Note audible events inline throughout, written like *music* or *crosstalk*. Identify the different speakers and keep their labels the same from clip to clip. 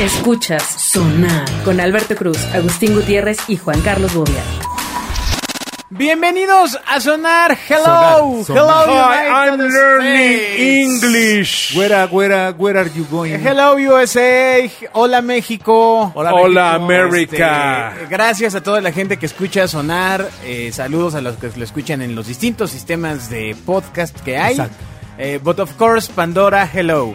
Speaker 1: Escuchas Sonar con Alberto Cruz, Agustín Gutiérrez y Juan Carlos Bobia.
Speaker 2: Bienvenidos a Sonar. Hello,
Speaker 3: Sonar, Sonar.
Speaker 2: hello, United
Speaker 4: I'm learning
Speaker 2: States.
Speaker 4: English.
Speaker 3: Where are, where are- where are you going?
Speaker 2: Hello USA, hola México.
Speaker 4: Hola,
Speaker 2: México.
Speaker 4: América.
Speaker 2: Este, gracias a toda la gente que escucha Sonar. Eh, saludos a los que lo escuchan en los distintos sistemas de podcast que hay.
Speaker 3: Exacto.
Speaker 2: Eh, but of course, Pandora, hello.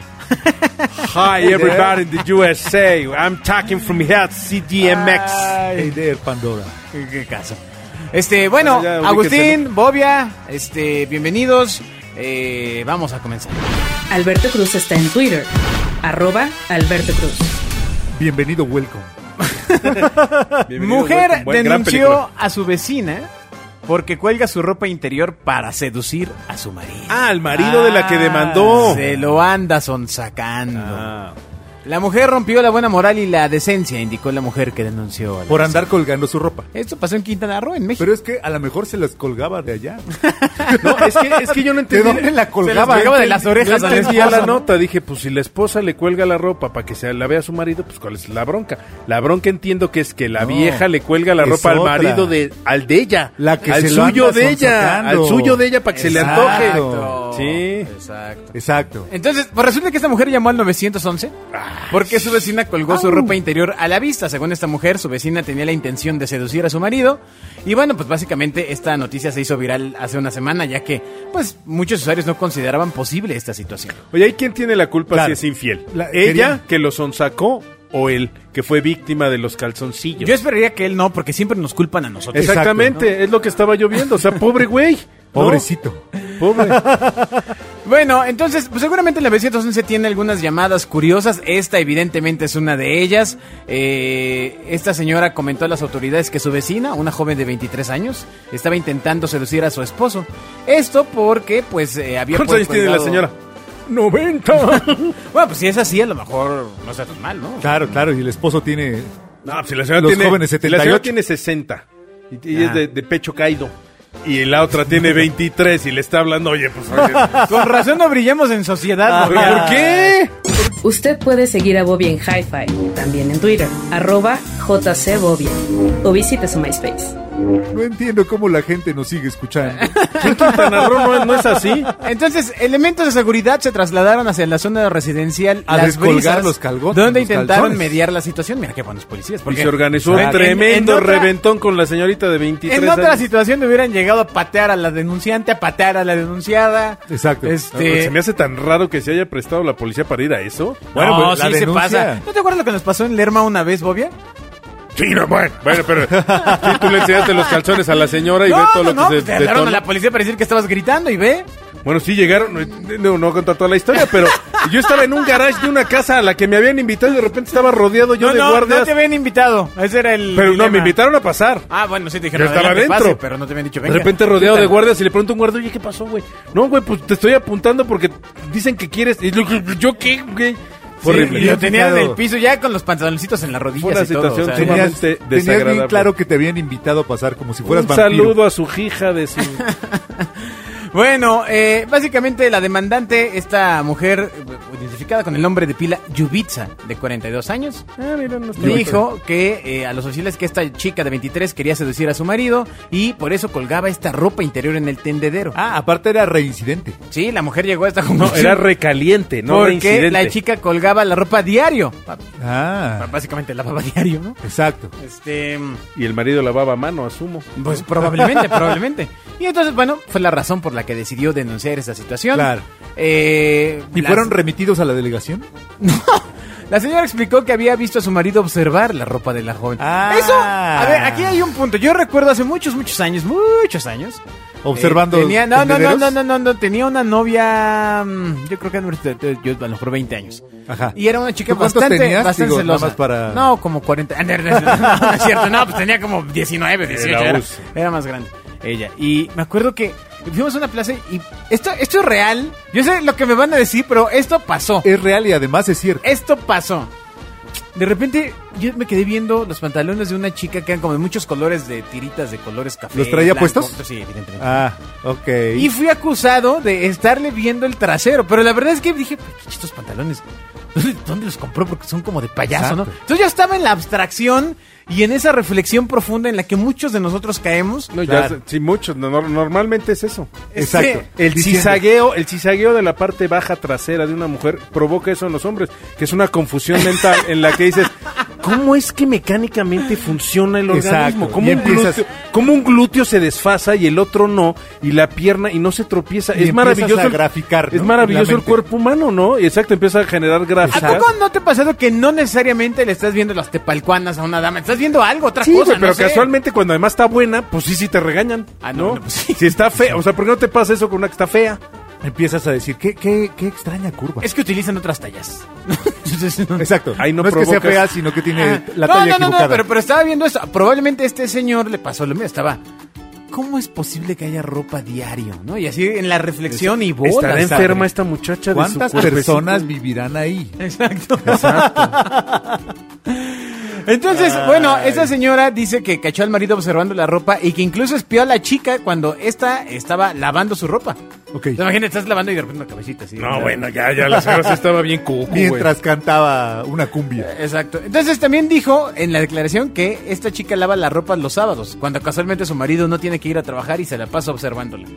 Speaker 4: Hi, everybody in the USA. I'm talking from here at
Speaker 2: Ah,
Speaker 4: CDMX.
Speaker 3: Hey there, Pandora.
Speaker 2: ¿Qué, qué caso? Este, bueno,
Speaker 4: Bueno, ya, ubíquense,
Speaker 2: Agustín, Bobia, este, bienvenidos. Eh, vamos a comenzar.
Speaker 1: Alberto Cruz está en Twitter, arroba Alberto Cruz.
Speaker 3: Bienvenido, welcome.
Speaker 4: Bienvenido,
Speaker 2: Mujer
Speaker 4: welcome. Buen- gran
Speaker 2: denunció
Speaker 4: película.
Speaker 2: a su vecina porque cuelga su ropa interior para seducir a su marido.
Speaker 4: Ah, al marido de la que
Speaker 2: Ah,
Speaker 4: demandó.
Speaker 2: Se lo anda sonsacando.
Speaker 4: Ah.
Speaker 2: La mujer rompió la buena moral y la decencia, indicó la mujer que denunció. a la
Speaker 3: Por
Speaker 2: vecina.
Speaker 3: andar colgando su ropa.
Speaker 2: Esto pasó en Quintana Roo, en México.
Speaker 3: Pero es que a lo mejor se las colgaba de
Speaker 4: *laughs*
Speaker 3: allá.
Speaker 4: No, es que, es que yo no
Speaker 2: *laughs*
Speaker 3: ¿De
Speaker 4: entendí.
Speaker 3: dónde la
Speaker 2: las
Speaker 3: colgaba?
Speaker 2: colgaba de
Speaker 3: No
Speaker 2: las
Speaker 3: entendí-
Speaker 2: orejas a la
Speaker 3: no
Speaker 4: Yo
Speaker 3: entendí
Speaker 4: entendía
Speaker 2: esposa,
Speaker 4: la nota, dije, pues si la esposa le cuelga la ropa para que se la vea a su marido, pues cuál es la bronca. La bronca entiendo que es que la
Speaker 3: No,
Speaker 4: vieja le cuelga la
Speaker 3: es
Speaker 4: ropa al
Speaker 3: otra.
Speaker 4: marido de, al de ella,
Speaker 3: La que
Speaker 4: al
Speaker 3: se lo
Speaker 4: suyo
Speaker 3: anda
Speaker 4: de ella,
Speaker 3: sonsacando.
Speaker 4: al suyo de ella para que se le antoje.
Speaker 2: Exacto.
Speaker 4: Sí.
Speaker 2: Exacto.
Speaker 3: Exacto.
Speaker 2: Entonces, pues resulta que esta mujer llamó al 911 porque su vecina colgó su ropa interior a la vista. Según esta mujer, su vecina tenía la intención de seducir a su marido. Y bueno, pues básicamente esta noticia se hizo viral hace una semana, ya que pues muchos usuarios no consideraban posible esta situación.
Speaker 4: Oye, ¿y quién tiene la culpa
Speaker 3: Claro.
Speaker 4: si es infiel?
Speaker 3: La-
Speaker 4: ¿Ella
Speaker 3: quería-
Speaker 4: que lo sonsacó o él que fue víctima de los calzoncillos?
Speaker 2: Yo esperaría que él no, porque siempre nos culpan a nosotros.
Speaker 4: Exactamente, es lo que estaba yo viendo. O sea, pobre güey. ¿no?
Speaker 3: Pobrecito.
Speaker 4: Pobre.
Speaker 2: Bueno, entonces, pues seguramente la 911 tiene algunas llamadas curiosas. Esta evidentemente es una de ellas. Eh, esta señora comentó a las autoridades que su vecina, una joven de 23 años, estaba intentando seducir a su esposo. Esto porque, pues, eh, había...
Speaker 4: ¿Cuántos años tiene la
Speaker 2: colgado-
Speaker 4: señora? 90.
Speaker 2: Bueno, pues si es así, a lo mejor no está tan mal, ¿no?
Speaker 3: Claro, claro. Y el esposo tiene.
Speaker 4: No, pues si la señora
Speaker 3: Los
Speaker 4: tiene,
Speaker 3: jóvenes,
Speaker 4: si La
Speaker 3: 78.
Speaker 4: señora tiene 60 y, y
Speaker 2: Ah.
Speaker 4: es de, de pecho caído. Y la otra tiene 23 y le está hablando, oye, pues...
Speaker 2: *laughs*
Speaker 4: oye,
Speaker 2: Con razón no brillamos en sociedad.
Speaker 4: ¿Pero Ah, por qué?
Speaker 1: Usted puede seguir a Bobia en Hi-Fi, también en Twitter, arroba JC Bobia, o visite su MySpace.
Speaker 3: No entiendo cómo la gente nos sigue escuchando.
Speaker 4: ¿En Quintana Roo no, no es así?
Speaker 2: Entonces, elementos de seguridad se trasladaron hacia la zona residencial
Speaker 3: A
Speaker 2: Las
Speaker 3: descolgar
Speaker 2: Brisas,
Speaker 3: los calgones,
Speaker 2: donde
Speaker 3: los
Speaker 2: intentaron
Speaker 3: calzones.
Speaker 2: mediar la situación. Mira qué buenos policías.
Speaker 4: Y
Speaker 2: porque-
Speaker 4: se organizó
Speaker 2: Ah,
Speaker 4: un
Speaker 2: en-
Speaker 4: tremendo
Speaker 2: en otra-
Speaker 4: reventón con la señorita de 23
Speaker 2: En otra
Speaker 4: años.
Speaker 2: situación le hubieran llegado a patear a la denunciante, a patear a la denunciada.
Speaker 3: Exacto.
Speaker 2: Este,
Speaker 4: Se me hace tan raro que se haya prestado la policía para ir a eso.
Speaker 3: Bueno,
Speaker 2: no,
Speaker 3: pues, la
Speaker 2: sí se
Speaker 3: denuncia.
Speaker 2: pasa. ¿No te acuerdas lo que nos pasó en Lerma una vez, Bobia?
Speaker 4: Sí, no, bueno, bueno,
Speaker 2: *laughs*
Speaker 4: pero sí, tú le enseñaste los calzones a la señora y ve
Speaker 2: no,
Speaker 4: todo
Speaker 2: no,
Speaker 4: lo
Speaker 2: no,
Speaker 4: que
Speaker 2: pues,
Speaker 4: se
Speaker 2: te hablaron
Speaker 4: detonó.
Speaker 2: a la policía para decir que estabas gritando y ve.
Speaker 4: Bueno, sí llegaron, eh, no, no contar toda la historia, pero yo estaba en un garage de una casa a la que me habían invitado y de repente estaba rodeado yo
Speaker 2: no,
Speaker 4: de
Speaker 2: no,
Speaker 4: guardias.
Speaker 2: no te habían invitado. Ese era el
Speaker 4: Pero no,
Speaker 2: dilema.
Speaker 4: me invitaron a pasar.
Speaker 2: Ah, bueno, sí te
Speaker 4: Yo
Speaker 2: dijeron.
Speaker 4: estaba
Speaker 2: adelante,
Speaker 4: adentro.
Speaker 2: pase, pero no te habían dicho, venga.
Speaker 4: De repente rodeado
Speaker 2: Quítala.
Speaker 4: de guardias y le pregunto a un guardia, oye, ¿qué pasó, güey? No, güey, pues te estoy apuntando porque dicen que quieres. Y yo, ¿yo qué, güey?
Speaker 2: Sí,
Speaker 4: Fue horrible.
Speaker 2: Y lo tenían en el
Speaker 3: Invitado.
Speaker 2: piso ya con los pantaloncitos en las rodillas
Speaker 4: Fue una
Speaker 2: y todo,
Speaker 4: situación
Speaker 2: o sea,
Speaker 4: sumamente
Speaker 3: Tenías, tenías bien
Speaker 4: desagradable.
Speaker 3: claro que te habían invitado a pasar como si fueras
Speaker 4: un
Speaker 3: vampiro.
Speaker 4: saludo a su hija
Speaker 2: *laughs*
Speaker 4: de su...
Speaker 2: Bueno, eh, básicamente la demandante, esta mujer eh, identificada con el nombre de pila Yubitsa, de 42 años,
Speaker 4: Ah,
Speaker 2: dijo que eh, a los oficiales que esta chica de 23 quería seducir a su marido y por eso colgaba esta ropa interior en el tendedero.
Speaker 3: Ah, aparte era reincidente.
Speaker 2: Sí, la mujer llegó a esta
Speaker 4: No,
Speaker 2: conclusión
Speaker 4: era recaliente, no
Speaker 2: porque
Speaker 4: reincidente.
Speaker 2: la chica colgaba la ropa diario.
Speaker 3: Ah,
Speaker 2: Básicamente lavaba *laughs* diario, ¿no?
Speaker 3: exacto.
Speaker 2: Este...
Speaker 4: Y el marido lavaba a mano, asumo.
Speaker 2: Pues probablemente, *laughs* probablemente. Y entonces, bueno, fue la razón por la que decidió denunciar esta situación.
Speaker 3: Claro.
Speaker 2: Eh,
Speaker 3: ¿Y
Speaker 2: las-
Speaker 3: fueron remitidos a la delegación?
Speaker 2: La señora explicó que había visto a su marido observar la ropa de la joven.
Speaker 3: Ah.
Speaker 2: Eso, a ver, aquí hay un punto. Yo recuerdo hace muchos, muchos años, muchos años.
Speaker 3: Observando
Speaker 2: eh, tenía, no, no, no,
Speaker 3: tendederos.
Speaker 2: no, no, no, no, tenía una novia, mm, yo creo que no, yo, a lo mejor 20 años.
Speaker 3: Ajá.
Speaker 2: Y era una chica
Speaker 3: ¿Tú cuántos
Speaker 2: bastante,
Speaker 3: tenías?
Speaker 2: bastante
Speaker 3: Digo, nada
Speaker 2: celosa.
Speaker 3: más para-
Speaker 2: No, como 40. Ah, *laughs* No, no, no, no, no es cierto, no, pues tenía como 19, 18. Era,
Speaker 4: us.
Speaker 2: era más grande ella. Y me acuerdo que fuimos a una plaza y esto, esto es real. Yo sé lo que me van a decir, pero esto pasó.
Speaker 3: Es real y además es cierto.
Speaker 2: Esto pasó. De repente yo me quedé viendo los pantalones de una chica que eran como de muchos colores de tiritas de colores café.
Speaker 3: ¿Los traía
Speaker 2: blanco.
Speaker 3: puestos?
Speaker 2: Sí, evidentemente.
Speaker 3: Ah, ok.
Speaker 2: Y fui acusado de estarle viendo el trasero, pero la verdad es que dije, "Pues, estos pantalones *laughs* ¿Dónde, dónde los compró? Porque son como de payaso, ¿no?
Speaker 3: Exacto.
Speaker 2: Entonces yo estaba en la abstracción y en esa reflexión profunda en la que muchos de nosotros caemos.
Speaker 4: No, ya,
Speaker 3: Claro.
Speaker 4: sí, muchos. no- no- normalmente es eso.
Speaker 2: Es que
Speaker 3: Exacto.
Speaker 4: El
Speaker 3: Diciendo,
Speaker 4: cizagueo, el cizagueo de la parte baja trasera de una mujer provoca eso en los hombres, que es una confusión mental en la que dices, ¿cómo es que mecánicamente funciona el
Speaker 3: Exacto,
Speaker 4: organismo? ¿Cómo,
Speaker 3: y
Speaker 4: un
Speaker 3: empiezas-
Speaker 4: glúteo, cómo un glúteo se desfasa y el otro no? Y la pierna y no se tropieza.
Speaker 3: Y
Speaker 4: es
Speaker 3: empiezas
Speaker 4: maravilloso.
Speaker 3: a
Speaker 4: el-
Speaker 3: graficar, ¿no?
Speaker 4: Es maravilloso
Speaker 3: La
Speaker 4: el
Speaker 3: mente.
Speaker 4: cuerpo humano, ¿no? Y Exacto, empieza a generar
Speaker 2: ¿A
Speaker 4: gráficas.
Speaker 2: poco no te ha pasado que no necesariamente le estás viendo las tepalcuanas a una dama? Estás viendo algo, otra
Speaker 4: Sí,
Speaker 2: cosa.
Speaker 4: güey, pero
Speaker 2: no sé.
Speaker 4: casualmente cuando además está buena, pues sí, sí te regañan.
Speaker 2: Ah, no,
Speaker 4: no.
Speaker 2: no, pues sí.
Speaker 4: Si está fea, o sea, ¿por qué no te pasa eso con una que está fea?
Speaker 3: Empiezas a decir, qué, qué, qué extraña curva.
Speaker 2: Es que utilizan otras tallas. *laughs* Entonces, no.
Speaker 3: Exacto.
Speaker 4: Ahí no
Speaker 3: es que sea
Speaker 4: provocas-
Speaker 3: fea, sino que tiene
Speaker 2: Ah,
Speaker 3: Eh, la talla
Speaker 2: no, no,
Speaker 3: equivocada.
Speaker 2: No, pero, pero estaba viendo eso. Probablemente este señor le pasó lo mismo. Estaba. ¿Cómo es posible que haya ropa diario? ¿No? Y así en la reflexión y bolas.
Speaker 4: Estará
Speaker 2: ¿sabes?
Speaker 4: enferma esta muchacha de su
Speaker 3: ¿Cuántas
Speaker 4: cuerpecito?
Speaker 3: personas vivirán ahí?
Speaker 2: Exacto. *laughs* Entonces, bueno, esa señora dice que cachó al marido observando la ropa y que incluso espió a la chica cuando esta estaba lavando su ropa.
Speaker 3: Ok.
Speaker 2: O sea, imagínate, estás lavando y de repente una cabecita así.
Speaker 4: No, bueno, ya, ya, la señora sí estaba bien cucu, güey.
Speaker 3: Mientras cantaba una cumbia.
Speaker 2: Exacto. Entonces también dijo en la declaración que esta chica lava la ropa los sábados, cuando casualmente su marido no tiene que ir a trabajar y se la pasa observándola.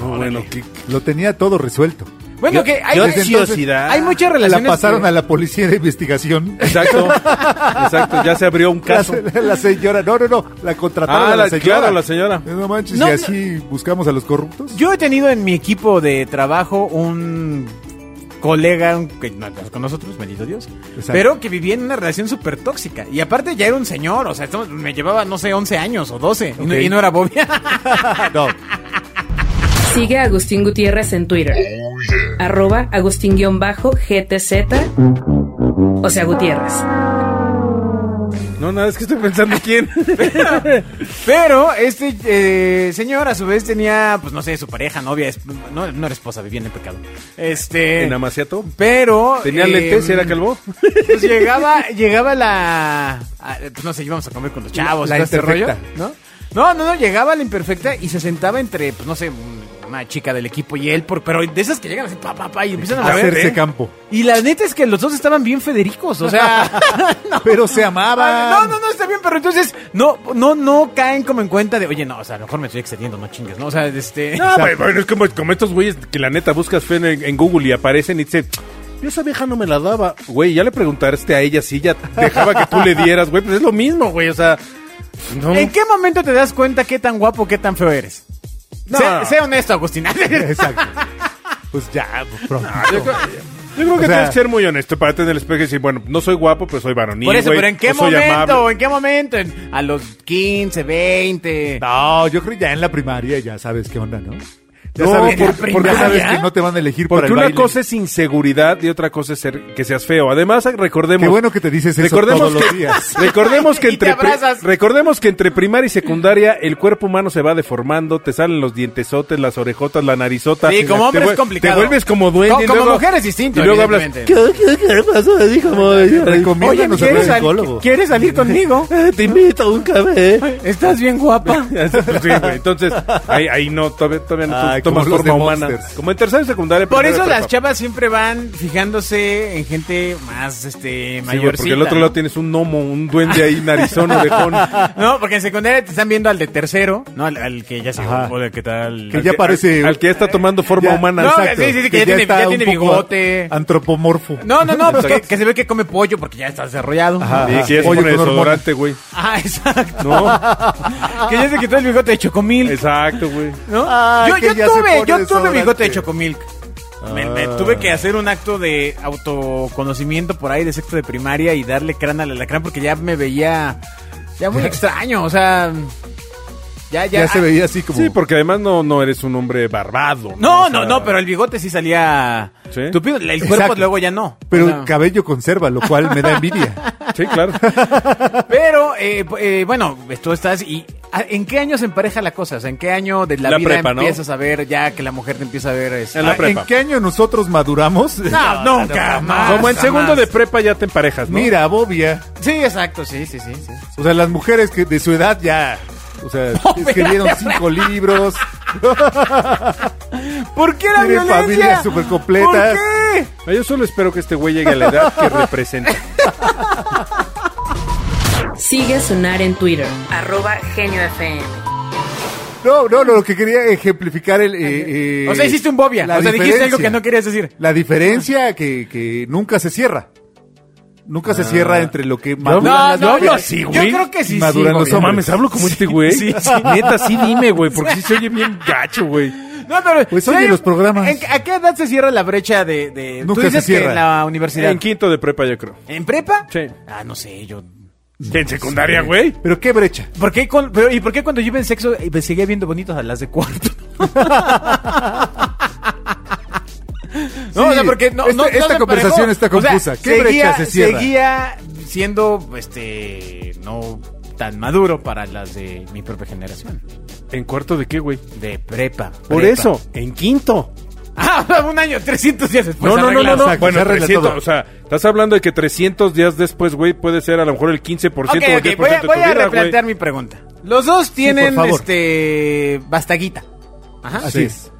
Speaker 4: No, bueno, qué-
Speaker 3: Lo tenía todo resuelto.
Speaker 2: Bueno,
Speaker 4: Yo-
Speaker 2: que hay,
Speaker 4: yo
Speaker 2: hay-
Speaker 4: desde entonces-
Speaker 2: hay muchas
Speaker 3: La
Speaker 2: relaciones.
Speaker 3: pasaron
Speaker 2: que-
Speaker 3: a la policía
Speaker 2: *laughs*
Speaker 3: de investigación.
Speaker 4: Exacto, exacto, ya se abrió un
Speaker 3: La,
Speaker 4: caso.
Speaker 3: *laughs* la señora, no, no, no, la contrataron
Speaker 4: Ah,
Speaker 3: a la,
Speaker 4: la-
Speaker 3: señora.
Speaker 4: claro, la señora.
Speaker 3: No manches,
Speaker 2: No,
Speaker 3: y
Speaker 2: no.
Speaker 3: así buscamos a los corruptos.
Speaker 2: Yo he tenido en mi equipo de trabajo un colega un- que no está con nosotros, bendito Dios,
Speaker 3: Exacto.
Speaker 2: pero que vivía en una relación súper tóxica. Y aparte ya era un señor, o sea, estamos- me llevaba, no sé, 11 años o 12, y, no,
Speaker 3: Ok.
Speaker 2: y no era bobia. *laughs*
Speaker 3: No,
Speaker 1: Sigue a Agustín Gutiérrez en Twitter. Arroba Agustín-GTZ. O sea, Gutiérrez.
Speaker 4: No, nada, es que estoy pensando quién. *laughs*
Speaker 2: Pero este eh, señor a su vez tenía, pues no sé, su pareja, novia, es- no, no era esposa, vivía en el pecado. Este...
Speaker 4: En Amaciato.
Speaker 2: Pero...
Speaker 4: Tenía
Speaker 2: eh,
Speaker 4: lentes, era calvo.
Speaker 2: Pues llegaba, llegaba la. a- pues no sé, íbamos a comer con los chavos,
Speaker 3: La
Speaker 2: todo este rollo,
Speaker 3: imperfecta.
Speaker 2: ¿no? No, no, no, llegaba la imperfecta y se sentaba entre, pues no sé, un- una chica del equipo y él, por- pero de esas que llegan así, pa, pa, pa, y empiezan a
Speaker 3: hacerse
Speaker 2: beber, ¿eh?
Speaker 3: campo.
Speaker 2: Y la neta es que los dos estaban bien Federicos, o
Speaker 3: *laughs*
Speaker 2: sea. *laughs* no. Ah,
Speaker 3: Pero se amaban.
Speaker 2: No, no, no, está bien, pero entonces no, no, no caen como en cuenta de, oye, no, o sea, a lo mejor me estoy excediendo, no chingues, ¿no? O sea,
Speaker 3: *laughs*
Speaker 2: este.
Speaker 4: No, Ah, güey, bueno, es como, como estos güeyes que la neta buscas fe en, en Google y aparecen y dicen, yo esa vieja no me la daba. Güey, ya le preguntaste a ella si ella dejaba que tú le dieras, güey, pues es lo mismo, güey, o sea. No.
Speaker 2: ¿En qué momento te das cuenta qué tan guapo, qué tan feo eres?
Speaker 4: No.
Speaker 2: Sé, sé honesto, Agustín. *laughs*
Speaker 3: *laughs* Exacto. Pues ya, pronto.
Speaker 4: Ah, Yo creo, yo creo que
Speaker 3: O sea-
Speaker 4: tienes que ser muy honesto para tener el espejo y decir, bueno, no soy guapo, pero soy varonil.
Speaker 2: Por eso,
Speaker 4: güey,
Speaker 2: pero ¿en qué
Speaker 4: o soy amable.
Speaker 2: momento? ¿En qué momento? ¿En- a los 15, 20.
Speaker 3: No, yo creo que ya en la primaria ya sabes qué onda, ¿no? Ya
Speaker 4: No,
Speaker 3: sabes,
Speaker 4: por-
Speaker 3: ya
Speaker 4: porque
Speaker 3: ya sabes
Speaker 2: ya.
Speaker 3: que no te van a elegir para
Speaker 4: Porque
Speaker 3: el
Speaker 4: una
Speaker 3: baile.
Speaker 4: cosa es inseguridad y otra cosa es ser, que seas feo. Además, recordemos.
Speaker 3: Qué bueno que te dices eso
Speaker 4: recordemos
Speaker 3: todos los
Speaker 4: que-
Speaker 3: días.
Speaker 4: *laughs* Recordemos que,
Speaker 2: *laughs* Y te
Speaker 4: entre pri-
Speaker 2: abrazas.
Speaker 4: recordemos que entre primaria y secundaria el cuerpo humano se va deformando, te salen los dientesotes, las orejotas, la narizota.
Speaker 2: Sí, como
Speaker 4: Te
Speaker 2: hombre es
Speaker 4: vuel-
Speaker 2: complicado.
Speaker 4: Te vuelves como duende.
Speaker 2: Co-
Speaker 4: y
Speaker 2: como
Speaker 4: luego-
Speaker 2: mujer es distinto,
Speaker 4: Y luego hablas.
Speaker 2: evidentemente.
Speaker 4: ¿Qué, qué, qué pasó? Así como-
Speaker 3: Recomiéndanos a un
Speaker 2: sal-
Speaker 3: psicólogo.
Speaker 2: ¿quieres
Speaker 4: *laughs*
Speaker 2: salir conmigo?
Speaker 4: Eh, *laughs* Te invito a un café.
Speaker 2: Estás bien guapa.
Speaker 4: Pues *laughs* sí, güey. Entonces, ahí, ahí no, todavía, todavía no
Speaker 3: Ay,
Speaker 4: tomas
Speaker 3: Ah, como los
Speaker 4: forma
Speaker 3: de
Speaker 4: humana.
Speaker 3: Monsters.
Speaker 4: Como en tercero y secundaria.
Speaker 2: Por
Speaker 4: primero
Speaker 2: eso
Speaker 4: de
Speaker 2: las
Speaker 4: prepa.
Speaker 2: chavas siempre van fijándose en gente más este
Speaker 4: Sí, güey,
Speaker 2: mayorcita.
Speaker 4: porque el otro lado
Speaker 2: ¿no?
Speaker 4: tienes un gnomo, un duende ahí,
Speaker 3: *laughs*
Speaker 4: narizón, orejón.
Speaker 2: *laughs* No, porque en secundaria te están viendo al de tercero, ¿no? Al, al que ya se
Speaker 3: Ajá.
Speaker 2: Hola, ¿qué tal?
Speaker 3: Que ya parece...
Speaker 4: Al, que ya está tomando forma
Speaker 3: ya-
Speaker 4: humana.
Speaker 2: No,
Speaker 3: exacto,
Speaker 2: sí, sí, sí, que ya tiene-
Speaker 3: está
Speaker 2: ya
Speaker 3: un
Speaker 2: tiene
Speaker 3: poco
Speaker 2: bigote.
Speaker 3: Antropomorfo.
Speaker 2: No, no, no, pues que, que se ve que come pollo porque ya está desarrollado.
Speaker 3: Ajá.
Speaker 4: Sí, que ya se
Speaker 3: Oye,
Speaker 4: pone
Speaker 3: con hormonas.
Speaker 4: desodorante, güey.
Speaker 2: Ah, *laughs* exacto. *laughs*
Speaker 4: No,
Speaker 2: que ya se quitó el bigote de chocomil.
Speaker 4: exacto, güey.
Speaker 2: ¿no?
Speaker 3: Ay,
Speaker 2: yo
Speaker 3: que
Speaker 2: yo
Speaker 3: ya se
Speaker 2: tuve,
Speaker 3: pone
Speaker 2: yo tuve
Speaker 3: desodorante.
Speaker 2: bigote de chocomilk. Me, me tuve que hacer un acto de autoconocimiento por ahí de sexto de primaria y darle crán al alacrán porque ya me veía ya muy extraño, o sea, ya ya,
Speaker 3: *laughs*
Speaker 2: ah.
Speaker 3: Ya se veía así como...
Speaker 4: Sí, porque además no, no eres un hombre barbado.
Speaker 2: No,
Speaker 4: O sea,
Speaker 2: no, no, pero el bigote sí salía
Speaker 4: ¿Sí?
Speaker 2: tupido, el cuerpo
Speaker 3: Exacto.
Speaker 2: luego ya no.
Speaker 3: Pero
Speaker 2: O sea,
Speaker 3: el cabello conserva, lo cual me da envidia.
Speaker 4: Sí, claro.
Speaker 2: pero eh, eh, bueno, tú estás y ¿a- ¿en qué año se empareja la cosa? O sea, ¿en qué año de la,
Speaker 4: La
Speaker 2: vida
Speaker 4: prepa, ¿no?
Speaker 2: empiezas a ver ya que la mujer te empieza a ver este,
Speaker 4: En la
Speaker 3: Ah,
Speaker 4: prepa.
Speaker 3: ¿En qué año nosotros maduramos? *laughs*
Speaker 2: No, nunca *laughs* más.
Speaker 4: Como en
Speaker 2: jamás.
Speaker 4: segundo de prepa ya te emparejas, ¿no?
Speaker 3: Mira, bobia.
Speaker 2: Sí, exacto, sí, sí, sí. sí.
Speaker 3: O sea, las mujeres que de su edad ya... O sea, escribieron cinco libros,
Speaker 2: ¿Por qué la
Speaker 3: Tiene
Speaker 2: violencia?
Speaker 3: familias supercompletas.
Speaker 2: ¿Por qué? qué?
Speaker 4: No, Yo solo espero que este güey llegue a la edad
Speaker 2: *laughs*
Speaker 4: que representa.
Speaker 1: Sigue a Sonar en Twitter, arroba Genio FM.
Speaker 3: No, no, no, lo que quería ejemplificar el... eh, eh,
Speaker 2: O sea, hiciste un bobia.
Speaker 3: la
Speaker 2: O sea, dijiste algo
Speaker 3: diferencia.
Speaker 2: que no querías decir.
Speaker 3: La diferencia que, que nunca se cierra. Nunca
Speaker 4: Ah.
Speaker 3: se cierra entre lo que maduran
Speaker 2: no,
Speaker 3: las
Speaker 2: no,
Speaker 3: novias.
Speaker 2: yo sí, güey. Yo creo que sí, sí,
Speaker 3: Maduran
Speaker 2: güey.
Speaker 3: los
Speaker 4: No
Speaker 3: hombres.
Speaker 4: mames, hablo como este güey.
Speaker 2: sí, sí.
Speaker 4: Neta, sí dime, güey, porque sí se oye bien gacho, güey.
Speaker 2: No, pero.
Speaker 3: Pues oye, los programas.
Speaker 2: ¿en- ¿A qué edad se cierra la brecha de. de
Speaker 3: Nunca
Speaker 2: tú dices
Speaker 3: se cierra.
Speaker 2: que en la universidad.
Speaker 4: En quinto de prepa, yo creo.
Speaker 2: ¿En prepa?
Speaker 4: Sí.
Speaker 2: Ah, no sé, yo.
Speaker 4: En secundaria, güey.
Speaker 3: Pero qué brecha.
Speaker 2: ¿Por qué con- pero, ¿Y por qué cuando yo iba en sexo eh, me seguía viendo bonitos a las de cuarto? *laughs* No,
Speaker 3: Sí,
Speaker 2: o sea, porque no,
Speaker 3: esta-
Speaker 2: no- no
Speaker 3: esta
Speaker 2: se emparejó.
Speaker 3: conversación está confusa. ¿Qué brecha se cierra?
Speaker 2: Seguía siendo, este, no tan maduro para las de mi propia generación.
Speaker 4: ¿En cuarto de qué, güey?
Speaker 2: De prepa.
Speaker 4: Por
Speaker 2: prepa.
Speaker 4: eso, en quinto.
Speaker 2: Ah, *laughs* un año, 300 días después.
Speaker 4: no, no, no,
Speaker 2: arreglas.
Speaker 4: no,
Speaker 3: o
Speaker 4: no.
Speaker 3: sea, que se
Speaker 4: Bueno,
Speaker 3: arregla
Speaker 4: 300,
Speaker 3: todo.
Speaker 4: o sea, estás hablando de que 300 días después, güey, puede ser a lo mejor el 15%
Speaker 2: Ok,
Speaker 4: o el
Speaker 2: ok,
Speaker 4: 10%
Speaker 2: voy a,
Speaker 4: de tu
Speaker 2: voy a
Speaker 4: vida, güey.
Speaker 2: replantear mi pregunta. Los dos tienen,
Speaker 3: favor.
Speaker 2: este, bastaguita. Ajá.
Speaker 3: Así
Speaker 2: Sí.
Speaker 3: es.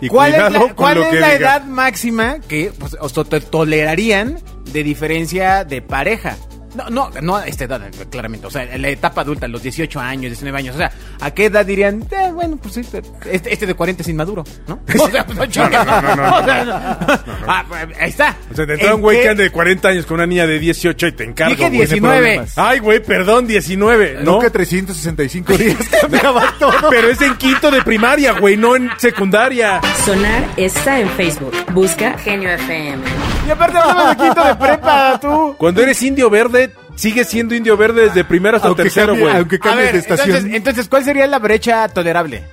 Speaker 4: Y
Speaker 2: ¿Cuál es la,
Speaker 4: cuidado con
Speaker 2: cuál
Speaker 4: lo
Speaker 2: es
Speaker 4: que
Speaker 2: la
Speaker 4: digas.
Speaker 2: edad máxima que pues, os to- tolerarían de diferencia de pareja? No, no, no a esta edad, claramente. O sea, en la etapa adulta, los 18 años, 19 años. O sea, ¿a qué edad dirían, "Eh, bueno, pues este, este, este de 40 es inmaduro, ¿no? O sea, pues, no chingues.
Speaker 4: no, no, no,
Speaker 2: *laughs* O sea, no. Ah, pues, ahí está.
Speaker 4: O sea, te
Speaker 2: ¿En
Speaker 4: entra un güey
Speaker 2: qué-
Speaker 4: que ande de 40 años con una niña de 18 y te encargo,
Speaker 2: Dije
Speaker 4: güey, no hay
Speaker 2: 19.
Speaker 4: problemas. Ay, güey, perdón, 19, ¿no?
Speaker 3: Nunca 365 días *laughs* cambiaba todo.
Speaker 4: Pero es en quinto de primaria, güey, no en secundaria.
Speaker 1: Sonar está en Facebook. Busca Genio FM.
Speaker 2: Y aparte hablamos de quinto de prepa, tú.
Speaker 4: Cuando eres indio verde, sigues siendo indio verde desde primero hasta
Speaker 3: Aunque
Speaker 4: tercero,
Speaker 3: cambie-
Speaker 4: güey.
Speaker 3: aunque- Que
Speaker 2: A
Speaker 3: cambies
Speaker 2: ver,
Speaker 3: de estación.
Speaker 2: Entonces, entonces, ¿cuál sería la brecha tolerable?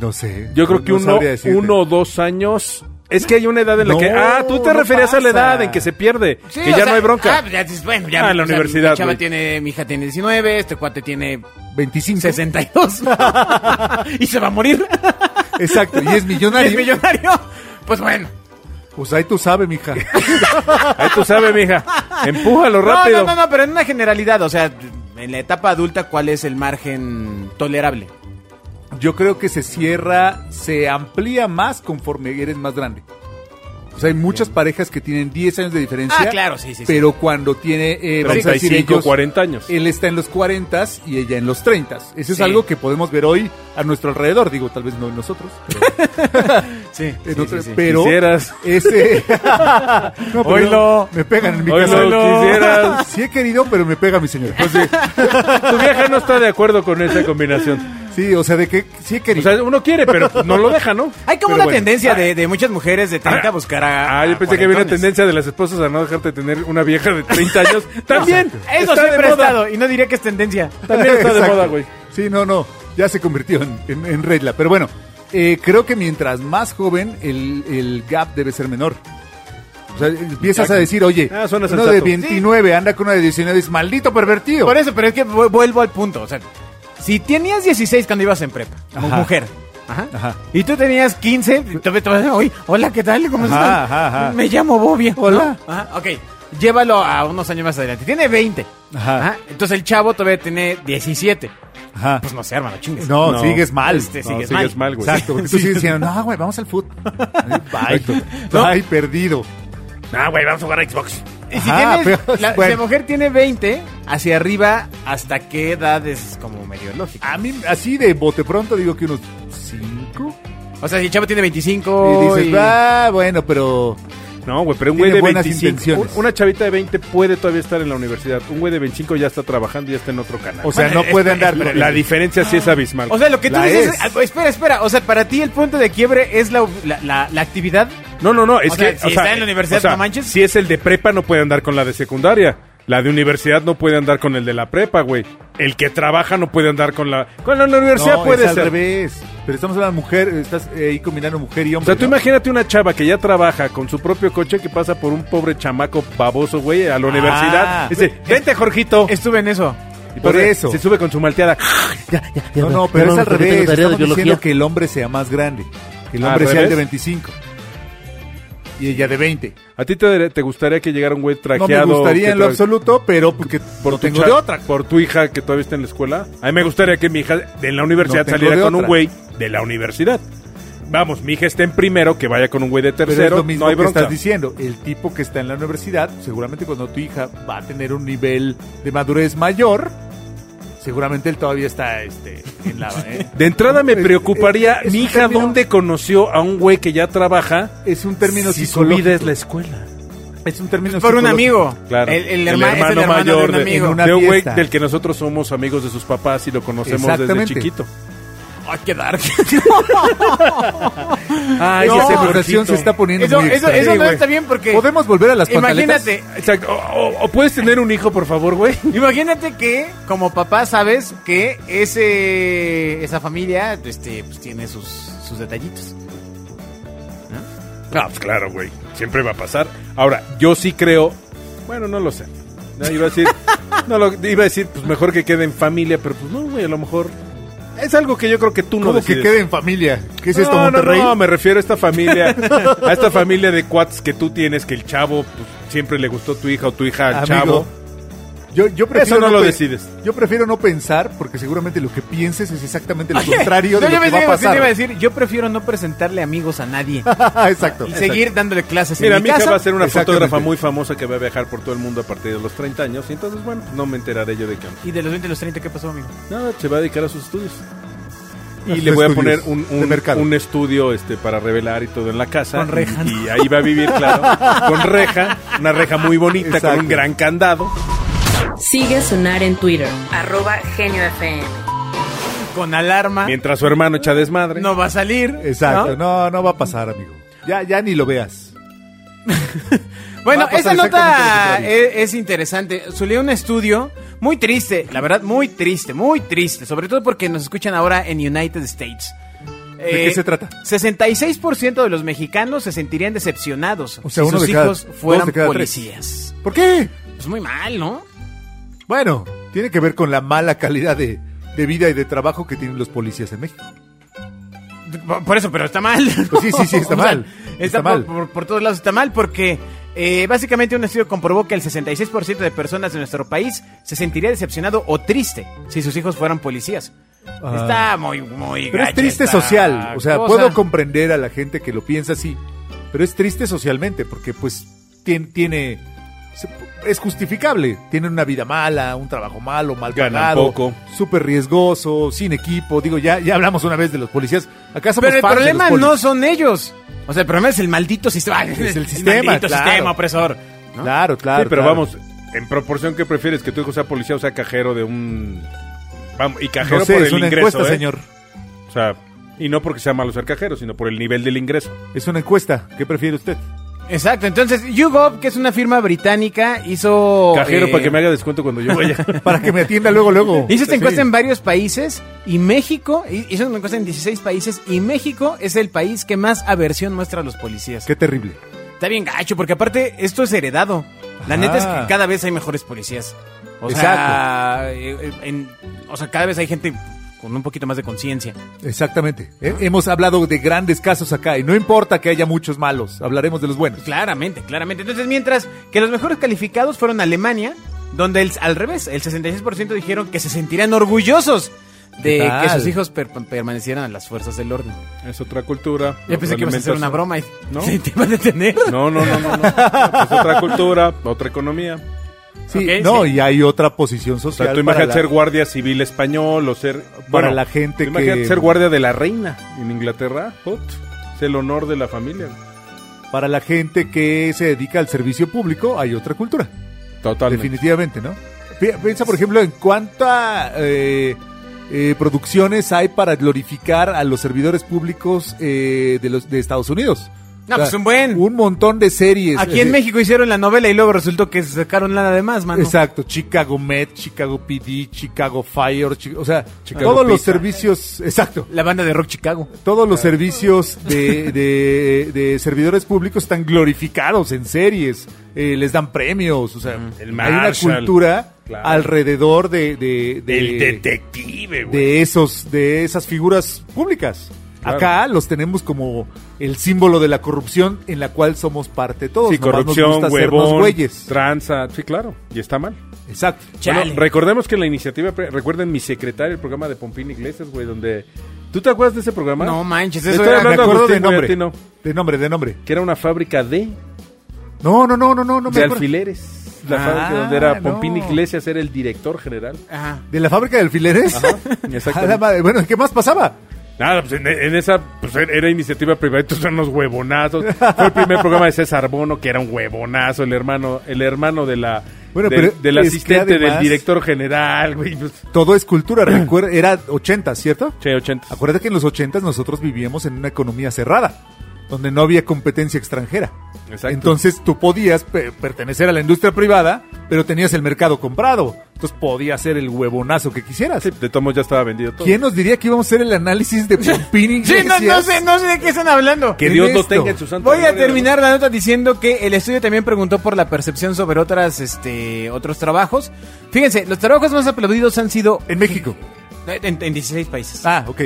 Speaker 3: No sé.
Speaker 4: Yo creo que
Speaker 3: no
Speaker 4: uno,
Speaker 3: sabría decirte.
Speaker 4: uno o dos años. Es que hay una edad en la
Speaker 3: No,
Speaker 4: que. Ah, tú te
Speaker 3: no
Speaker 4: referías a
Speaker 3: pasa.
Speaker 4: la edad en que se pierde.
Speaker 2: Sí,
Speaker 4: que
Speaker 2: o
Speaker 4: ya
Speaker 2: sea,
Speaker 4: no hay bronca.
Speaker 2: Ah, pues ya dices, bueno, ya.
Speaker 4: Ah, en la
Speaker 2: o sea,
Speaker 4: universidad,
Speaker 2: Mi, chava
Speaker 4: güey.
Speaker 2: tiene, mi hija tiene 19, este cuate tiene
Speaker 3: 25.
Speaker 4: *laughs*
Speaker 2: 62. y se va a morir.
Speaker 3: Exacto. Y es
Speaker 2: *laughs*
Speaker 3: millonario.
Speaker 2: es millonario. Pues bueno.
Speaker 3: Pues ahí tú sabes, mija.
Speaker 4: Ahí tú sabes, mija. Empújalo
Speaker 2: *laughs* No,
Speaker 4: rápido.
Speaker 2: No, no, no, pero en una generalidad, o sea, en la etapa adulta, ¿cuál es el margen tolerable?
Speaker 3: Yo creo que se cierra, se amplía más conforme eres más grande. O sea, hay muchas parejas que tienen 10 años de diferencia.
Speaker 2: Ah, claro, sí, sí, sí.
Speaker 3: Pero cuando tiene, eh, vamos a decir
Speaker 4: 35,
Speaker 3: ellos,
Speaker 4: 40 años.
Speaker 3: Él está en los 40 y ella en los 30. Eso es
Speaker 2: Sí.
Speaker 3: algo que podemos ver hoy a nuestro alrededor. Digo, tal vez no en nosotros. Pero,
Speaker 2: *laughs* Sí.
Speaker 3: en otro- pero
Speaker 4: Quisieras. *laughs*
Speaker 3: ese... no, pero
Speaker 4: Oílo.
Speaker 3: Me pegan en mi
Speaker 4: Oílo,
Speaker 3: casa. *laughs*
Speaker 4: quisieras.
Speaker 3: Sí he querido, pero me pega mi señora. Pues,
Speaker 4: Tu vieja no está de acuerdo con esa combinación.
Speaker 3: sí, o sea, de que sí he
Speaker 4: O
Speaker 3: querido.
Speaker 4: sea, uno quiere, pero no lo deja, ¿no?
Speaker 2: Hay como
Speaker 4: Pero
Speaker 2: una
Speaker 4: bueno.
Speaker 2: tendencia de, de muchas mujeres de 30 a buscar a.
Speaker 4: Ah, yo
Speaker 2: a
Speaker 4: pensé que había una
Speaker 2: cuarentones.
Speaker 4: tendencia de las esposas a no dejarte tener una vieja de 30 años.
Speaker 2: *laughs*
Speaker 4: También.
Speaker 2: Eso
Speaker 4: está de
Speaker 2: siempre ha
Speaker 4: moda.
Speaker 2: estado, y no diría que es tendencia.
Speaker 4: También está de
Speaker 3: Exacto.
Speaker 4: moda, güey.
Speaker 3: Sí, no, no. Ya se convirtió en, en- en regla. Pero bueno, eh, creo que mientras más joven, el, el gap debe ser menor. O sea, empiezas a decir, oye,
Speaker 4: Ah, suena
Speaker 3: uno de
Speaker 4: sensato. e-
Speaker 3: 29 anda con una de 19 es maldito pervertido.
Speaker 2: Por eso, pero es que vu- vuelvo al punto. O sea, si tenías 16 cuando ibas en prepa, como
Speaker 3: Ajá.
Speaker 2: mujer. Ajá.
Speaker 3: Ajá.
Speaker 2: Y tú tenías 15, te te vas a oye, hola, ¿qué tal? ¿Cómo
Speaker 3: Ajá,
Speaker 2: estás?
Speaker 3: ajá, ajá.
Speaker 2: Me llamo Bobby. ¿no?
Speaker 3: Hola.
Speaker 2: Ajá, ok. Llévalo a unos años más adelante. Tiene 20.
Speaker 3: Ajá.
Speaker 2: Entonces el chavo todavía tiene 17.
Speaker 3: Ajá.
Speaker 2: Pues no sé, hermano, chingues.
Speaker 3: No,
Speaker 4: No.
Speaker 3: sigues mal.
Speaker 2: Este,
Speaker 4: No,
Speaker 2: sigues,
Speaker 4: sigues
Speaker 2: mal.
Speaker 4: mal, güey.
Speaker 3: Exacto. porque tú sigues diciendo, no, güey, vamos al foot. Ay,
Speaker 4: Exacto.
Speaker 3: Ay, perdido.
Speaker 4: Ah, güey, vamos a jugar a Xbox.
Speaker 2: Y si,
Speaker 3: Ajá,
Speaker 2: tienes-
Speaker 3: pero-
Speaker 2: la,
Speaker 3: bueno.
Speaker 2: si la mujer tiene 20, hacia arriba, ¿hasta qué edad es como medio lógico?
Speaker 3: A mí, así de bote pronto, digo que unos 5.
Speaker 2: O sea, si el chavo tiene
Speaker 3: Y
Speaker 2: 25
Speaker 3: dices,
Speaker 2: y-
Speaker 3: ah, bueno, pero...
Speaker 4: No, güey, pero un
Speaker 3: Tiene
Speaker 4: güey de
Speaker 3: buenas
Speaker 4: 25.
Speaker 3: intenciones.
Speaker 4: un- Una chavita de 20 puede todavía estar en la universidad. Un güey de 25 ya está trabajando y ya está en otro canal.
Speaker 3: O sea, no puede andar...
Speaker 4: la, la diferencia sí es abismal.
Speaker 2: O sea, lo que tú
Speaker 3: La
Speaker 2: dices.
Speaker 3: es.
Speaker 2: ah, Espera, espera. O sea, para ti el punto de quiebre es la, la, la- la actividad.
Speaker 4: no, no, no. Es
Speaker 2: o
Speaker 4: que.
Speaker 2: sea, si está en la universidad, no manches.
Speaker 4: Si es el de prepa, no puede andar con la de secundaria. La de universidad no puede andar con el de la prepa, güey. El que trabaja no puede andar con la. Con la universidad
Speaker 3: No,
Speaker 4: puede
Speaker 3: es al
Speaker 4: ser.
Speaker 3: revés. Pero estamos hablando de mujer, estás eh, ahí combinando mujer y
Speaker 4: O
Speaker 3: hombre.
Speaker 4: sea, tú
Speaker 3: ¿no?
Speaker 4: imagínate una chava que ya trabaja con su propio coche que pasa por un pobre chamaco baboso, güey,
Speaker 3: Ah.
Speaker 4: a la universidad. Dice, vente, Jorgito.
Speaker 2: Estuve en eso.
Speaker 4: Y
Speaker 3: por
Speaker 4: pues,
Speaker 3: eso.
Speaker 4: Se sube con su malteada.
Speaker 3: No, no, pero
Speaker 5: Ya
Speaker 3: es
Speaker 5: no,
Speaker 3: al revés.
Speaker 5: porque tengo tarea de
Speaker 3: Estamos diciendo
Speaker 5: biología.
Speaker 3: que el hombre sea más grande. Que el
Speaker 4: Ah, ¿Al
Speaker 3: hombre sea el de
Speaker 4: revés?
Speaker 3: 25. Y ella de 20.
Speaker 4: ¿A ti te, te gustaría que llegara un güey
Speaker 3: No
Speaker 4: trajeado?
Speaker 3: me gustaría
Speaker 4: que
Speaker 3: en lo
Speaker 4: tra-
Speaker 3: absoluto, pero porque
Speaker 4: Por
Speaker 3: no
Speaker 4: tu
Speaker 3: tengo
Speaker 4: cha-
Speaker 3: de otra.
Speaker 4: Por tu hija que todavía está en la escuela. A mí me gustaría que mi hija de la universidad
Speaker 3: No tengo
Speaker 4: saliera
Speaker 3: de
Speaker 4: con un
Speaker 3: otra.
Speaker 4: güey de la universidad. vamos, mi hija esté en primero, que vaya con un güey de
Speaker 3: Pero
Speaker 4: tercero,
Speaker 3: es lo mismo
Speaker 4: no hay
Speaker 3: que
Speaker 4: bronca.
Speaker 3: estás diciendo. El tipo que está en la universidad, seguramente cuando tu hija va a tener un nivel de madurez mayor, seguramente él todavía está este, en la... ¿eh?
Speaker 4: De entrada me
Speaker 3: Es-
Speaker 4: preocuparía
Speaker 3: es- es
Speaker 4: mi
Speaker 3: un
Speaker 4: hija
Speaker 3: término-
Speaker 4: dónde conoció a un güey que ya trabaja.
Speaker 3: Es un término
Speaker 4: si su
Speaker 3: psicológico.
Speaker 4: vida es la escuela.
Speaker 3: Es un
Speaker 2: *laughs*
Speaker 3: término
Speaker 2: Por un
Speaker 3: psicológico.
Speaker 2: amigo.
Speaker 4: Claro.
Speaker 2: El, el
Speaker 4: El
Speaker 2: herma- es el
Speaker 4: hermano
Speaker 2: hermano
Speaker 4: mayor
Speaker 2: de un
Speaker 4: de-
Speaker 2: amigo.
Speaker 3: en una-
Speaker 4: de un güey
Speaker 3: fiesta.
Speaker 4: del que nosotros somos amigos de sus papás y lo conocemos desde
Speaker 3: Exactamente.
Speaker 4: chiquito.
Speaker 2: Ay, qué *laughs* dark.
Speaker 4: Ah,
Speaker 3: Esa
Speaker 2: No,
Speaker 3: conversación se está poniendo
Speaker 2: eso
Speaker 3: muy
Speaker 2: eso,
Speaker 3: extraña.
Speaker 2: eso
Speaker 3: Sí,
Speaker 2: no
Speaker 3: güey.
Speaker 2: está bien porque...
Speaker 3: Podemos volver a las pantaletas.
Speaker 2: Imagínate,
Speaker 4: Exacto. O, o- o puedes tener un hijo, por favor, güey.
Speaker 2: Imagínate que como papá sabes que ese esa familia este pues tiene sus sus detallitos.
Speaker 4: Ah, pues claro, güey. Siempre va a pasar. Ahora, yo sí creo. Bueno, no lo sé. No, iba
Speaker 3: *laughs*
Speaker 4: a decir, no lo, iba a decir, pues mejor que quede en familia, pero pues no, güey, a lo mejor es algo que yo creo que tú no
Speaker 3: Como que
Speaker 4: decides.
Speaker 3: quede en familia. ¿Qué es esto,
Speaker 4: no, no,
Speaker 3: Monterrey?
Speaker 4: no, me refiero a
Speaker 3: *laughs*
Speaker 4: esta familia, a esta familia de cuates que tú tienes, que el chavo pues, siempre le gustó tu hija o tu hija al
Speaker 3: Amigo,
Speaker 4: chavo.
Speaker 3: Yo, yo prefiero
Speaker 4: Eso no lo
Speaker 3: pe-
Speaker 4: decides.
Speaker 3: Yo prefiero no pensar porque seguramente lo que pienses es exactamente lo
Speaker 2: Oye,
Speaker 3: contrario de
Speaker 2: yo
Speaker 3: lo
Speaker 2: me
Speaker 3: que va a
Speaker 2: digo, sí, te iba a
Speaker 3: pasar.
Speaker 2: decir, yo prefiero no presentarle amigos a nadie
Speaker 3: *laughs* exacto.
Speaker 2: y
Speaker 3: exacto.
Speaker 2: seguir dándole clases
Speaker 4: Mira,
Speaker 2: en mi
Speaker 4: mi hija
Speaker 2: casa.
Speaker 4: va a ser una
Speaker 3: Exactamente.
Speaker 4: fotógrafa muy famosa que va a viajar por todo el mundo a partir de los 30 años, y entonces, bueno, no me enteraré yo de qué onda.
Speaker 2: Y de los 20 a los 30, ¿qué pasó, amigo?
Speaker 4: Nada, se va a dedicar a sus estudios. Y
Speaker 3: sus
Speaker 4: le voy a
Speaker 3: estudios
Speaker 4: poner un,
Speaker 3: de
Speaker 4: un,
Speaker 3: mercado.
Speaker 4: un estudio este para revelar y todo en la casa.
Speaker 2: Con reja,
Speaker 4: Y, y ahí va a vivir,
Speaker 3: *laughs*
Speaker 4: claro, con reja, una reja muy bonita,
Speaker 3: Exacto.
Speaker 4: con un gran candado.
Speaker 1: Sigue a Sonar en Twitter, arroba Genio FM.
Speaker 2: Con alarma
Speaker 4: Mientras su hermano echa desmadre.
Speaker 2: no va a salir.
Speaker 3: Exacto.
Speaker 2: ¿no?
Speaker 3: ¿no? no, va a pasar, amigo. Ya, ya ni lo veas.
Speaker 2: Bueno,
Speaker 3: Va a pasar
Speaker 2: esa
Speaker 3: pues, exactamente
Speaker 2: nota e-,
Speaker 3: lo
Speaker 2: es, es interesante. Solía un estudio muy triste, la verdad, muy triste, muy triste. Sobre todo porque nos escuchan ahora en United States. Eh,
Speaker 3: ¿De qué se trata?
Speaker 2: 66% de los mexicanos se sentirían decepcionados
Speaker 3: O sea,
Speaker 2: si
Speaker 3: uno
Speaker 2: sus
Speaker 3: de cada-
Speaker 2: hijos
Speaker 3: dos de
Speaker 2: fueran
Speaker 3: cada tres.
Speaker 2: policías.
Speaker 3: ¿Por qué?
Speaker 2: Pues muy mal, ¿no?
Speaker 3: Bueno, tiene que ver con la mala calidad de, de vida y de trabajo que tienen los policías en México.
Speaker 2: Por- Por eso, pero está mal.
Speaker 3: Pues sí, sí, sí,
Speaker 2: *laughs*
Speaker 3: está
Speaker 2: O sea,
Speaker 3: mal,
Speaker 2: Está,
Speaker 3: está
Speaker 2: por-
Speaker 3: mal.
Speaker 2: Por, por todos lados está mal porque eh, básicamente un estudio comprobó que el 66% de personas de nuestro país se sentiría decepcionado o triste si sus hijos fueran policías.
Speaker 3: Ah.
Speaker 2: Está muy, muy
Speaker 3: Pero es
Speaker 2: gacha
Speaker 3: triste
Speaker 2: esta
Speaker 3: social. O sea,
Speaker 2: cosa.
Speaker 3: puedo comprender a la gente que lo piensa así, pero es triste socialmente porque pues tien- tiene... se- Es justificable. Tienen una vida mala, un trabajo malo, mal
Speaker 4: Ganan
Speaker 3: pagado,
Speaker 4: poco.
Speaker 3: súper riesgoso, sin equipo. Digo, ya, ya hablamos una vez de los policías. Acá somos
Speaker 2: Pero el
Speaker 3: fans de los
Speaker 2: problema
Speaker 3: polis.
Speaker 2: no son ellos. O sea, el problema es el maldito sistema. *laughs*
Speaker 3: Es el sistema,
Speaker 2: maldito
Speaker 3: claro.
Speaker 2: sistema opresor. ¿no?
Speaker 3: Claro, claro.
Speaker 4: sí, Ah, pero
Speaker 3: claro.
Speaker 4: vamos, en proporción que prefieres que tu hijo sea policía o sea cajero de un... Vamos, y cajero
Speaker 3: No sé,
Speaker 4: por el
Speaker 3: es una
Speaker 4: ingreso,
Speaker 3: encuesta,
Speaker 4: ¿eh?
Speaker 3: señor.
Speaker 4: O sea, y no porque sea malo ser cajero, sino por el nivel del ingreso.
Speaker 3: Es una encuesta. ¿Qué prefiere usted?
Speaker 2: Exacto. Entonces, YouGov, que es una firma británica, hizo.
Speaker 3: Oh,
Speaker 4: Cajero
Speaker 2: eh,
Speaker 4: para que me haga descuento cuando
Speaker 3: *laughs*
Speaker 4: yo vaya.
Speaker 3: Para que me atienda luego, *laughs* luego.
Speaker 2: Hizo esta encuesta
Speaker 3: Sí.
Speaker 2: en varios países y México, hi- hizo una encuesta en 16 países y México es el país que más aversión muestra a los policías.
Speaker 3: Qué terrible.
Speaker 2: Está bien gacho, porque aparte esto es heredado. La
Speaker 3: Ajá.
Speaker 2: neta es que cada vez hay mejores policías. O sea, eh, eh, en- o sea, cada vez hay gente con un poquito más de conciencia.
Speaker 3: Exactamente. He- Hemos hablado de grandes casos acá y no importa que haya muchos malos, hablaremos de los buenos.
Speaker 2: Claramente, claramente. Entonces, mientras que los mejores calificados fueron Alemania, donde el- al revés, el 66% dijeron que se sentirían orgullosos
Speaker 3: ¿Qué
Speaker 2: de
Speaker 3: tal?
Speaker 2: que sus hijos per- permanecieran en las fuerzas del orden.
Speaker 4: Es otra cultura.
Speaker 2: Yo pensé que ibas a hacer una broma y *laughs*
Speaker 4: ¿No?
Speaker 2: ¿Sí te iban a detener.
Speaker 4: No, no, no,
Speaker 3: *laughs*
Speaker 4: no. no. Es otra cultura, otra economía.
Speaker 3: Sí,
Speaker 2: Ok,
Speaker 3: no,
Speaker 2: sí.
Speaker 3: y hay otra posición
Speaker 4: O sea,
Speaker 3: social.
Speaker 4: tú
Speaker 3: para
Speaker 4: imagínate
Speaker 3: la-
Speaker 4: ser guardia civil español o ser...
Speaker 3: la gente
Speaker 4: tú imagínate
Speaker 3: que-
Speaker 4: ser guardia de la reina en Inglaterra. Put, es el honor de la familia.
Speaker 3: para la gente que se dedica al servicio público, hay otra cultura.
Speaker 4: Totalmente.
Speaker 3: Definitivamente, ¿no? Pi- Piensa, por ejemplo, en cuántas producciones hay para glorificar a los servidores públicos eh, de, los, de Estados Unidos.
Speaker 2: No, pues un buen.
Speaker 3: Un montón de series.
Speaker 2: Aquí en
Speaker 3: Eh,
Speaker 2: México hicieron la novela y luego resultó que sacaron lana de más, mano.
Speaker 3: Exacto, Chicago Med, Chicago PD, Chicago Fire, chi- o sea,
Speaker 4: Chicago
Speaker 3: todos los
Speaker 4: Pizza.
Speaker 3: servicios, exacto,
Speaker 2: La banda de rock Chicago.
Speaker 3: todos los servicios de, de- de servidores públicos están glorificados en series, eh, les dan premios, o sea, hay
Speaker 4: El
Speaker 3: una
Speaker 4: Marshall.
Speaker 3: cultura
Speaker 4: Claro.
Speaker 3: alrededor de, de, de-
Speaker 4: El detective, güey.
Speaker 3: de esos, de esas figuras públicas.
Speaker 4: Claro.
Speaker 3: Acá los tenemos como el símbolo de la corrupción en la cual somos parte todos.
Speaker 4: Sí,
Speaker 3: nomás nos
Speaker 4: corrupción,
Speaker 3: gusta hacernos
Speaker 4: huevón,
Speaker 3: güeyes.
Speaker 4: tranza. Sí, claro. Y está mal.
Speaker 3: Exacto.
Speaker 2: Chale.
Speaker 4: Bueno, recordemos que la iniciativa, pre- recuerden mi secretario, el programa de Pompín Iglesias, güey, donde ¿Tú te acuerdas de ese programa?
Speaker 2: No manches,
Speaker 4: Estoy
Speaker 2: eso era...
Speaker 4: hablando-
Speaker 3: me acuerdo de
Speaker 4: Agustín, güey, a ti
Speaker 3: nombre.
Speaker 4: no.
Speaker 3: De nombre, de nombre.
Speaker 4: Que era una fábrica de,
Speaker 3: No, no, no, no, no, no me
Speaker 4: de
Speaker 3: acuerdo.
Speaker 4: alfileres. La
Speaker 3: Ah,
Speaker 4: fábrica donde era Pompín
Speaker 3: no.
Speaker 4: Iglesias, era el director
Speaker 3: *laughs*
Speaker 4: general.
Speaker 2: Ajá.
Speaker 3: ¿De la fábrica de alfileres? *laughs*
Speaker 4: Ajá,
Speaker 3: A la
Speaker 4: exactamente.
Speaker 3: madre. Bueno, ¿qué más pasaba?
Speaker 4: Nada, pues en, en esa pues era- era iniciativa privada, entonces eran los huevonazos. Fue el primer programa de César Bono, que era un huevonazo, el hermano, el hermano de la
Speaker 3: Bueno, pero
Speaker 4: del, del
Speaker 3: es que
Speaker 4: asistente
Speaker 3: además-
Speaker 4: del director general, güey. pues,
Speaker 3: Todo es cultura, recuerda, era 80, ¿cierto?
Speaker 4: che, 80.
Speaker 3: Acuérdate que en los 80 nosotros vivíamos en una economía cerrada, donde no había competencia extranjera.
Speaker 4: Exacto.
Speaker 3: Entonces tú podías pe- pertenecer a la industria privada, pero tenías el mercado comprado. Entonces podías ser el huevonazo que quisieras.
Speaker 4: Sí, de tomos ya estaba vendido todo.
Speaker 3: ¿Quién nos diría que íbamos a hacer el análisis de Pompín
Speaker 2: Sí,
Speaker 3: Iglesias?
Speaker 2: no, no sé, no sé de qué están hablando.
Speaker 4: Que Dios
Speaker 3: en
Speaker 4: lo
Speaker 3: esto?
Speaker 4: tenga en su santo
Speaker 2: Voy a
Speaker 4: gloria,
Speaker 2: terminar la nota diciendo que el estudio también preguntó por la percepción sobre otras, este, otros trabajos. Fíjense, los trabajos más aplaudidos han sido
Speaker 3: En México.
Speaker 2: en, en 16 países,
Speaker 3: Ah, ok.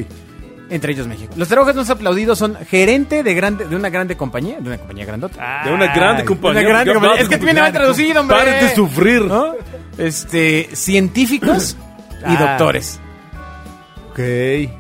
Speaker 2: entre ellos México. Los trabajos más aplaudidos son gerente de grande, de una grande compañía, de una compañía grandota.
Speaker 4: De una grande
Speaker 3: Ay,
Speaker 4: compañía.
Speaker 2: una grande
Speaker 4: porque-
Speaker 2: compañía. Es que viene mal traducido, hombre.
Speaker 4: Paren de sufrir.
Speaker 2: ¿no? Este, *clears throat* científicos y
Speaker 3: Ah.
Speaker 2: doctores.
Speaker 3: Ok. Sí,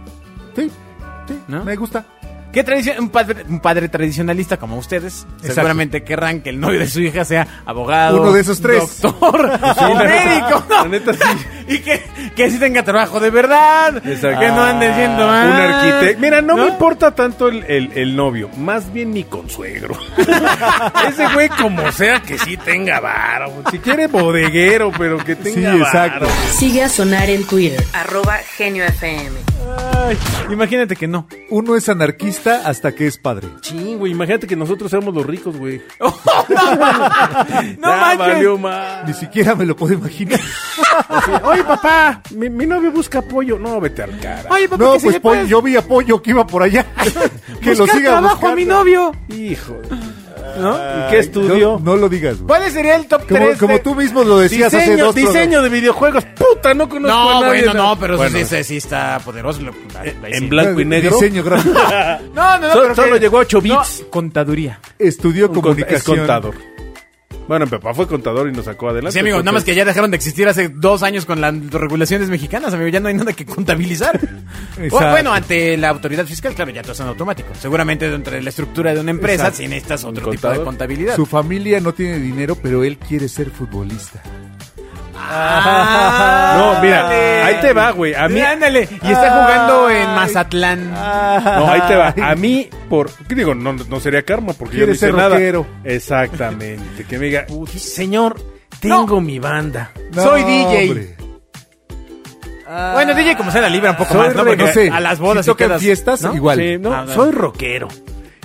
Speaker 3: sí,
Speaker 2: ¿No?
Speaker 3: me gusta.
Speaker 2: ¿Qué tradición? Un padre, un padre tradicionalista como ustedes
Speaker 3: Exacto.
Speaker 2: seguramente querrán que el novio de su hija sea abogado.
Speaker 3: Uno de esos tres.
Speaker 2: Doctor
Speaker 4: *laughs*
Speaker 2: o
Speaker 4: la neta-
Speaker 2: médico.
Speaker 4: la
Speaker 2: ¿no?
Speaker 4: neta sí.
Speaker 2: *laughs* Y que, que sí tenga trabajo de verdad.
Speaker 4: Exacto.
Speaker 2: Que no ande siendo
Speaker 4: Un
Speaker 2: ah,
Speaker 4: arquitecto. Mira, no, me importa tanto el, el- el novio, más bien mi consuegro.
Speaker 2: *laughs*
Speaker 4: Ese güey, como sea que sí tenga varo. Si quiere bodeguero, pero que tenga
Speaker 3: Sí,
Speaker 4: varo.
Speaker 3: exacto.
Speaker 1: Sigue a sonar en Twitter, arroba Genio FM.
Speaker 2: Ay, imagínate que
Speaker 4: *laughs*
Speaker 2: no. *laughs*
Speaker 3: Uno es anarquista hasta que es padre.
Speaker 4: Sí, güey, imagínate que nosotros éramos los ricos, güey.
Speaker 2: No
Speaker 4: Ya
Speaker 2: manches.
Speaker 4: Ah, valió más.
Speaker 3: Ni siquiera me lo puedo imaginar.
Speaker 4: Sí, Oye, papá, mi, mi novio busca apoyo. No, vete al cara.
Speaker 2: Ay, *laughs* papá,
Speaker 3: No,
Speaker 2: que se
Speaker 3: pues
Speaker 2: le puede
Speaker 3: Pollo, yo vi a Pollo que iba
Speaker 2: *laughs*
Speaker 3: por allá. que lo
Speaker 2: buscar
Speaker 3: siga
Speaker 2: trabajo a
Speaker 3: buscando.
Speaker 2: mi novio.
Speaker 4: Hijo. de-
Speaker 2: ¿No?
Speaker 4: ¿Y qué estudio?
Speaker 3: No, no lo digas, güey.
Speaker 2: ¿Cuál sería el top
Speaker 3: Como,
Speaker 2: 3?
Speaker 3: como tú mismo lo decías hace
Speaker 4: Diseño,
Speaker 3: dos
Speaker 4: diseño de videojuegos. Puta, no conozco a
Speaker 2: No,
Speaker 4: nadie.
Speaker 2: bueno, no, pero
Speaker 4: Bueno,
Speaker 2: sí, sí, sí está poderoso. lo- ahí sí.
Speaker 4: en
Speaker 3: programas.
Speaker 4: blanco y negro.
Speaker 3: Diseño gráfico.
Speaker 2: *laughs* No, no, no.
Speaker 4: Sol-
Speaker 2: pero
Speaker 4: solo
Speaker 2: que-
Speaker 4: llegó a ocho
Speaker 2: No,
Speaker 4: bits.
Speaker 2: contaduría.
Speaker 3: Estudió
Speaker 4: Un cont- es
Speaker 3: comunicación.
Speaker 4: contador. Bueno, mi papá fue contador y nos sacó adelante.
Speaker 2: Sí, amigo, nada más
Speaker 4: entonces-
Speaker 2: que ya dejaron de existir hace dos años con las regulaciones mexicanas, amigo, ya no hay nada que
Speaker 4: *laughs*
Speaker 2: contabilizar. Bu- bueno, ante la autoridad fiscal, claro, ya todo es en automático. Seguramente dentro de la estructura de una empresa,
Speaker 3: Exacto.
Speaker 2: si necesitas otro tipo
Speaker 4: Un
Speaker 2: de
Speaker 4: contador.
Speaker 2: contabilidad.
Speaker 3: Su familia no tiene dinero, pero él quiere ser futbolista.
Speaker 2: Ah,
Speaker 4: No, mira,
Speaker 2: ándale.
Speaker 4: ahí te va, güey. A mí, Ah.
Speaker 2: Sí, ándale, y está jugando en Mazatlán. Ah.
Speaker 4: no, ahí te va. A mí, por. ¿qué digo? No, no sería karma porque yo no
Speaker 3: Quiere
Speaker 4: hice
Speaker 3: ser
Speaker 4: nada.
Speaker 3: rockero.
Speaker 4: Exactamente. Que me diga, "Uh, señor, tengo mi banda.
Speaker 3: No,
Speaker 2: Soy DJ.
Speaker 3: hombre.
Speaker 2: Bueno, DJ como sea la libra un poco
Speaker 3: Soy
Speaker 2: más, ¿no? Porque
Speaker 3: regga- no sé,
Speaker 2: a las bodas
Speaker 3: si
Speaker 2: y
Speaker 3: tocan
Speaker 2: quedas,
Speaker 3: fiestas,
Speaker 2: ¿no?
Speaker 3: igual.
Speaker 4: Sí, no,
Speaker 2: Ah, bueno.
Speaker 4: soy rockero.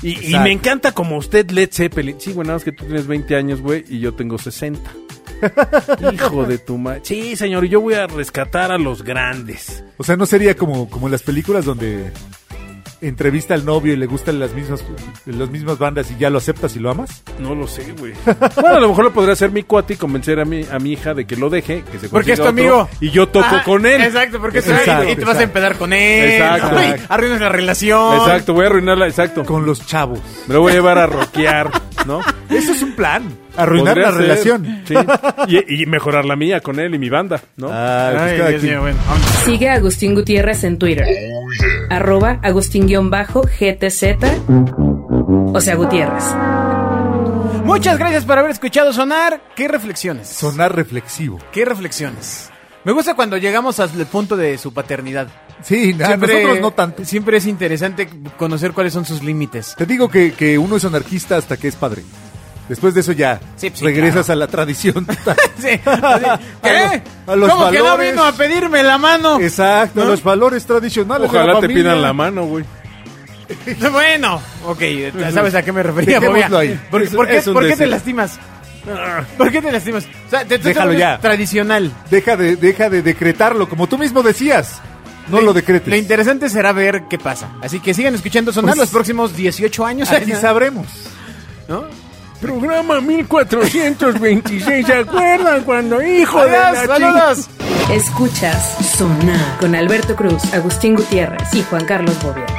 Speaker 4: Y, y
Speaker 3: Exacto.
Speaker 4: me encanta como usted Led Zeppelin. Sí, bueno, nada más que tú tienes 20 años, güey, y yo tengo 60. *laughs* Hijo de tu madre. Sí, señor, yo voy a rescatar a los grandes.
Speaker 3: O sea, no sería como, como en las películas donde entrevista al novio y le gustan las mismas, las mismas bandas y ya lo aceptas y lo amas.
Speaker 4: No lo sé,
Speaker 3: *laughs*
Speaker 4: güey. Bueno, a lo mejor lo podría hacer mi cuate y convencer a mi, a mi hija de que lo deje, que se
Speaker 2: Porque es tu
Speaker 4: consiga otro,
Speaker 2: amigo.
Speaker 4: Y yo toco
Speaker 2: Ajá,
Speaker 4: con él.
Speaker 2: Exacto, porque es tu
Speaker 3: Ah, Exacto,
Speaker 2: amigo y te vas a
Speaker 3: exacto.
Speaker 2: empedar con él.
Speaker 4: Exacto.
Speaker 2: ¿no? Y Arruinas la relación.
Speaker 4: Exacto, voy a arruinarla, exacto.
Speaker 3: Con los chavos.
Speaker 4: Me lo voy a llevar a rockear, ¿no?
Speaker 3: Eso es un plan. Arruinar
Speaker 4: Podría
Speaker 3: la
Speaker 4: ser,
Speaker 3: relación.
Speaker 4: Sí. Y, y mejorar la mía con él y mi banda, ¿no?
Speaker 3: Ah, pues
Speaker 2: Ay,
Speaker 3: cada
Speaker 2: Dios
Speaker 3: quien.
Speaker 2: mío, bueno.
Speaker 1: Sigue a Agustín Gutiérrez en Twitter, arroba Agustín-GTZ, o sea Gutiérrez.
Speaker 2: Muchas gracias por haber escuchado sonar. ¿Qué reflexiones?
Speaker 3: Sonar reflexivo.
Speaker 2: ¿Qué reflexiones? Me gusta cuando llegamos al punto de su paternidad.
Speaker 3: Sí, a Ah, nosotros no tanto.
Speaker 2: Siempre es interesante conocer cuáles son sus
Speaker 3: *laughs*
Speaker 2: límites.
Speaker 3: Te digo que, que uno es anarquista hasta que es padre. Después de eso ya
Speaker 2: Sí, pues sí,
Speaker 3: regresas a la tradición.
Speaker 2: *laughs* Sí, así,
Speaker 3: A
Speaker 2: ¿Qué?
Speaker 3: los- a los
Speaker 2: ¿Cómo que no
Speaker 3: valores.
Speaker 2: vino a pedirme la mano?
Speaker 3: Exacto,
Speaker 2: ¿No?
Speaker 3: los valores tradicionales. de
Speaker 4: Ojalá te
Speaker 3: familia.
Speaker 4: pidan la mano, güey.
Speaker 2: Bueno, ok, ¿sabes a qué me refería?
Speaker 3: Dejémoslo
Speaker 2: Bobia?
Speaker 3: ahí.
Speaker 2: ¿Por,
Speaker 3: Es-
Speaker 2: por qué,
Speaker 3: es un
Speaker 2: por qué te
Speaker 3: deseo.
Speaker 2: lastimas? ¿Por qué te lastimas? O sea, te, tú te
Speaker 3: Déjalo
Speaker 2: vuelves
Speaker 3: ya.
Speaker 2: Tradicional.
Speaker 3: Deja de, deja de decretarlo, como tú mismo decías. No lo decretes.
Speaker 2: Lo interesante será ver qué pasa. Así que sigan escuchando sonar
Speaker 3: Pues,
Speaker 2: los próximos 18 años.
Speaker 3: Aquí sabremos.
Speaker 2: ¿No?
Speaker 4: Programa 1426, ¿se acuerdan cuando hijo
Speaker 2: Adiós, saludos.
Speaker 1: Escuchas Sonar con Alberto Cruz, Agustín Gutiérrez y Juan Carlos Bobia.